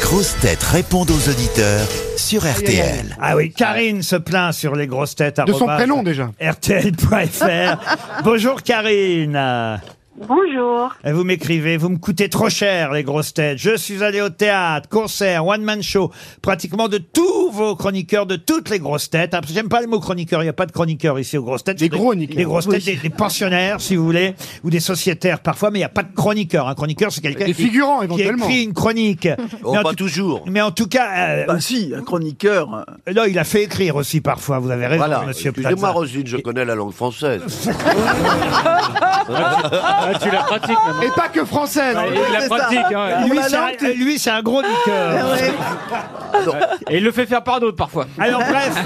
grosses têtes répondent aux auditeurs sur RTL. Ah oui, Karine se plaint sur les grosses têtes. De son prénom, déjà. RTL.fr. Bonjour Karine. Bonjour. Et Vous m'écrivez, vous me coûtez trop cher les grosses têtes. Je suis allé au théâtre, concert, one man show, pratiquement de tous vos chroniqueurs, de toutes les grosses têtes. Ah, J'aime pas le mot chroniqueur, il n'y a pas de chroniqueur ici aux grosses têtes. Des chroniqueurs. Des grosses têtes, Oui. des, des pensionnaires si vous voulez, ou des sociétaires parfois, mais il n'y a pas de chroniqueur. Un chroniqueur c'est quelqu'un Des qui, figurants, qui éventuellement. écrit une chronique. Oh, Mais en pas tout- toujours. Mais en tout cas, euh, Bah si, un chroniqueur. hein. non, il a fait écrire aussi parfois, vous avez raison, Voilà. monsieur Excusez-moi, Plaza. Rosine, je connais la langue française. tu la pratiques maintenant. Et pas que française. il la pratique. hein. Ah, Lui, c'est un- Lui, c'est un gros Ah, niqueur. Et il le fait faire par d'autres parfois. Alors bref,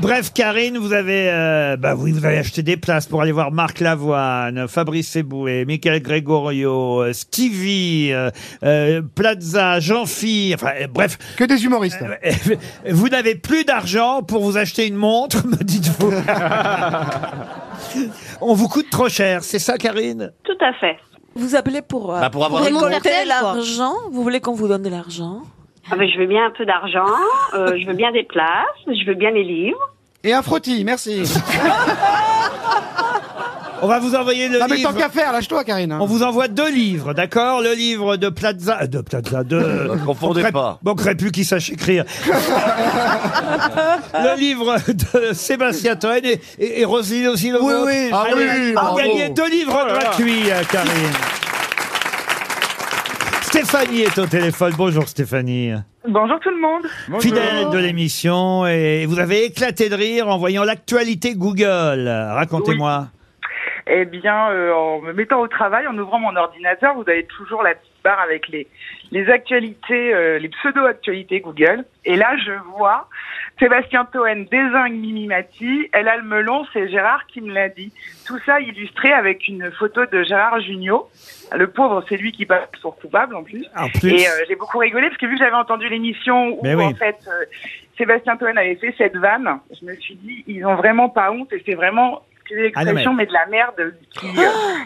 bref, Karine, vous avez, euh, bah oui, vous avez acheté des places pour aller voir Marc Lavoine, Fabrice Eboué, Michael Gregorio, euh, Stevie, euh, euh, Plaza, Jean-Phi, enfin euh, bref. Que des humoristes. Vous n'avez plus d'argent pour vous acheter une montre, me dites-vous. On vous coûte trop cher, c'est ça, Karine Tout à fait. Vous appelez pour, euh, Bah, pour avoir récolter une certaine, quoi. l'argent Vous voulez qu'on vous donne de l'argent Ah ben, je veux bien un peu d'argent, euh, je veux bien des places, je veux bien les livres. Et un frottis, merci. On va vous envoyer le Non, mais livre. tant qu'à faire, lâche-toi, Karine. hein. On vous envoie deux livres, d'accord Le livre de Plaza, euh, de Plaza, de... Ne confondez Manquerait- pas. Manquerait plus qu'il sache écrire. le livre de Sébastien Toen et, et, et Roselyne aussi. le Oui, vôtre. oui, Ah Allez, oui, vous bravo. Oh gagnez deux livres gratuits, euh, Karine. Stéphanie est au téléphone. Bonjour Stéphanie. Bonjour tout le monde. Fidèle de l'émission et vous avez éclaté de rire en voyant l'actualité Google. Racontez-moi. Eh bien, euh, en me mettant au travail, en ouvrant mon ordinateur, vous avez toujours la petite barre avec les, les actualités, euh, les pseudo-actualités Google. Et là, je vois Sébastien Toen désingue Mimi Mati, elle a le melon, c'est Gérard qui me l'a dit. Tout ça illustré avec une photo de Gérard Junior. Le pauvre, c'est lui qui passe pour coupable en plus. En plus, Et euh, j'ai beaucoup rigolé parce que vu que j'avais entendu l'émission où Mais oui. en fait euh, Sébastien Toen avait fait cette vanne, je me suis dit ils ont vraiment pas honte et c'est vraiment excusez Ah non, l'expression mais... de la merde qui, euh,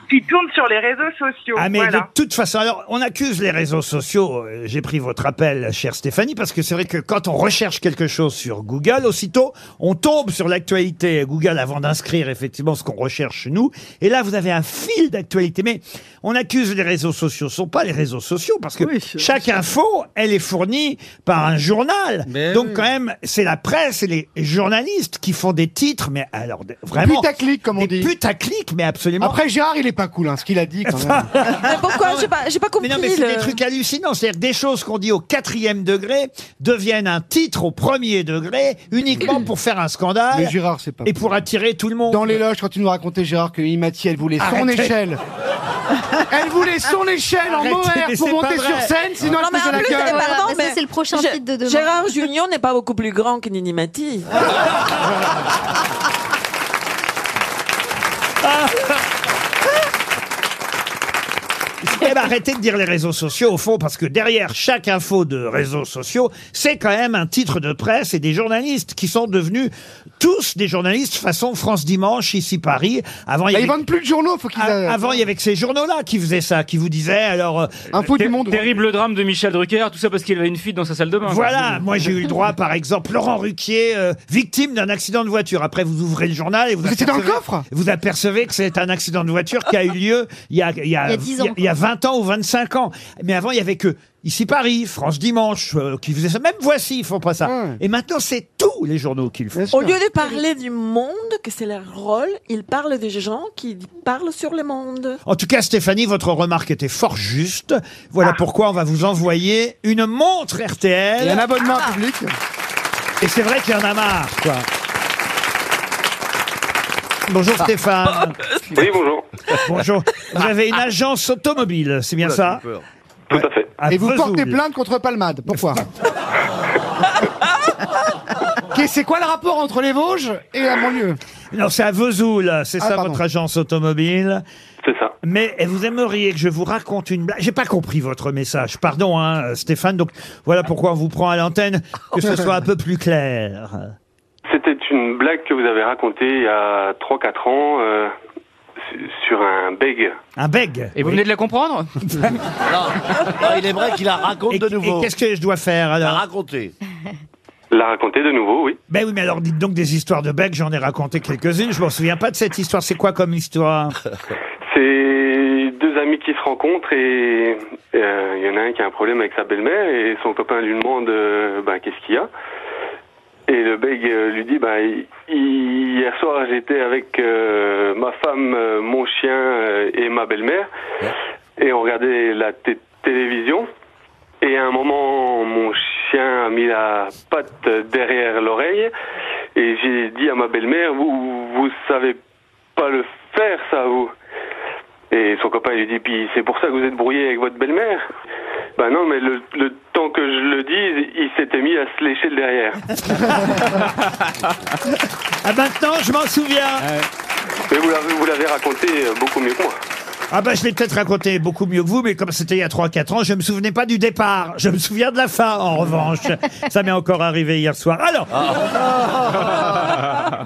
qui tourne sur les réseaux sociaux. Ah mais de Oh, voilà. toute façon, alors on accuse les réseaux sociaux. Euh, J'ai pris votre appel, chère Stéphanie, parce que c'est vrai que quand on recherche quelque chose sur Google, aussitôt on tombe sur l'actualité Google avant d'inscrire effectivement ce qu'on recherche chez nous. Et là, vous avez un fil d'actualité. Mais on accuse les réseaux sociaux. Ce sont pas les réseaux sociaux parce que Oui, c'est- chaque info, elle est fournie par un journal. Mais Donc oui. quand même, c'est la presse et les journalistes qui font des titres. Mais alors de- vraiment. Putaclic, comme on des dit. putaclics, mais absolument. Après, Gérard, il est pas cool, hein, ce qu'il a dit, quand même. Mais pourquoi J'ai pas, j'ai pas Ah, compris. Mais non, mais c'est le- des trucs hallucinants. C'est-à-dire que des choses qu'on dit au quatrième degré deviennent un titre au premier degré uniquement pour faire un Mais scandale Gérard, c'est pas et cool. pour attirer tout le monde. Dans les loges, quand tu nous racontais, Gérard, que Imati, elle voulait son Arrêtez. échelle. Elle voulait son échelle Arrêtez, en mohair mais pour c'est pas monter vrai. sur scène, sinon Non, elle mais se faisait en la plus, gueule. eh, pardon, Voilà, ça, mais c'est le prochain Gé- titre de demain. Gérard Junior n'est pas beaucoup plus grand que Nini Mati. Eh ben, arrêtez de dire les réseaux sociaux au fond parce que derrière chaque info de réseaux sociaux, c'est quand même un titre de presse et des journalistes qui sont devenus tous des journalistes façon France Dimanche ici Paris. Avant il y Bah, Ils avait vendent plus de journaux, faut qu'ils. euh, a- aient- Ah, avant, il y avait que ces journaux-là qui faisaient ça, qui vous disaient, alors, euh, Info du monde. Terrible drame de Michel Drucker, tout ça parce qu'il avait une fuite dans sa salle de bain. quoi. Voilà, moi j'ai eu le droit, par exemple, Laurent Ruquier, euh, victime d'un accident de voiture. Après, vous ouvrez le journal et vous, Vous étiez dans le apercevez- coffre Vous apercevez que c'est un accident de voiture qui a eu lieu il y a, il y a, Il y a 10 ans, il y a- il y a 20 ans ou 25 ans. Mais avant, il y avait que ici Paris, France Dimanche, euh, qui faisait ça. Même voici, ils font pas ça. Ouais. Et maintenant, c'est tous les journaux qui le font. Bien Au sûr. lieu de parler du monde, que c'est leur rôle, ils parlent des gens qui parlent sur le monde. En tout cas, Stéphanie, votre remarque était fort juste. Ah. Voilà pourquoi on va vous envoyer une montre RTL. Il y a un abonnement Ah. public. Et c'est vrai qu'il y en a marre, quoi. Bonjour Ah. Stéphane. Oui, bonjour. Bonjour. Vous avez Ah. une agence automobile, c'est bien Oula, ça j'ai peur. Tout à fait. À Et vous Vesoul. portez plainte contre Palmade. Pourquoi Qu'est- C'est quoi le rapport entre les Vosges et la banlieue Non, c'est à Vesoul, c'est Ah, ça pardon. votre agence automobile. C'est ça. Mais vous aimeriez que je vous raconte une blague. J'ai pas compris votre message, pardon hein, Stéphane. Donc voilà pourquoi on vous prend à l'antenne, que ce soit un peu plus clair. C'était une blague que vous avez racontée il y a 3-4 ans euh, su- sur un beg. Un beg. Et vous venez de la comprendre il est vrai qu'il la raconte Et, de et nouveau. qu'est-ce que je dois faire La alors raconter. La raconter de nouveau, oui. Ben oui, mais alors dites donc des histoires de Beck, j'en ai raconté quelques-unes, je m'en souviens pas de cette histoire. C'est quoi comme histoire C'est deux amis qui se rencontrent et euh, il y en a un qui a un problème avec sa belle-mère et son copain lui demande euh, bah, qu'est-ce qu'il y a. Et le beg euh, lui dit bah, hi- hier soir j'étais avec euh, ma femme, euh, mon chien euh, et ma belle-mère et on regardait la té- télévision et à un moment mon chien a mis la patte derrière l'oreille et j'ai dit à ma belle-mère vous vous savez pas le faire ça vous et son copain lui dit, puis c'est pour ça que vous êtes brouillé avec votre belle-mère Ben non, mais le, le temps que je le dise, il s'était mis à se lécher le derrière. Ah maintenant, je m'en souviens Mais vous l'avez, vous l'avez raconté euh, beaucoup mieux que moi. Ah ben je l'ai peut-être raconté beaucoup mieux que vous, mais comme c'était il y a 3-4 ans, je me souvenais pas du départ. Je me souviens de la fin, en revanche. Ça m'est encore arrivé hier soir. Alors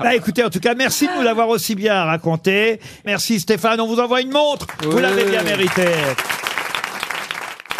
Bah écoutez, en tout cas, merci de nous l'avoir aussi bien raconté. Merci Stéphane, on vous envoie une montre. Vous l'avez bien mérité.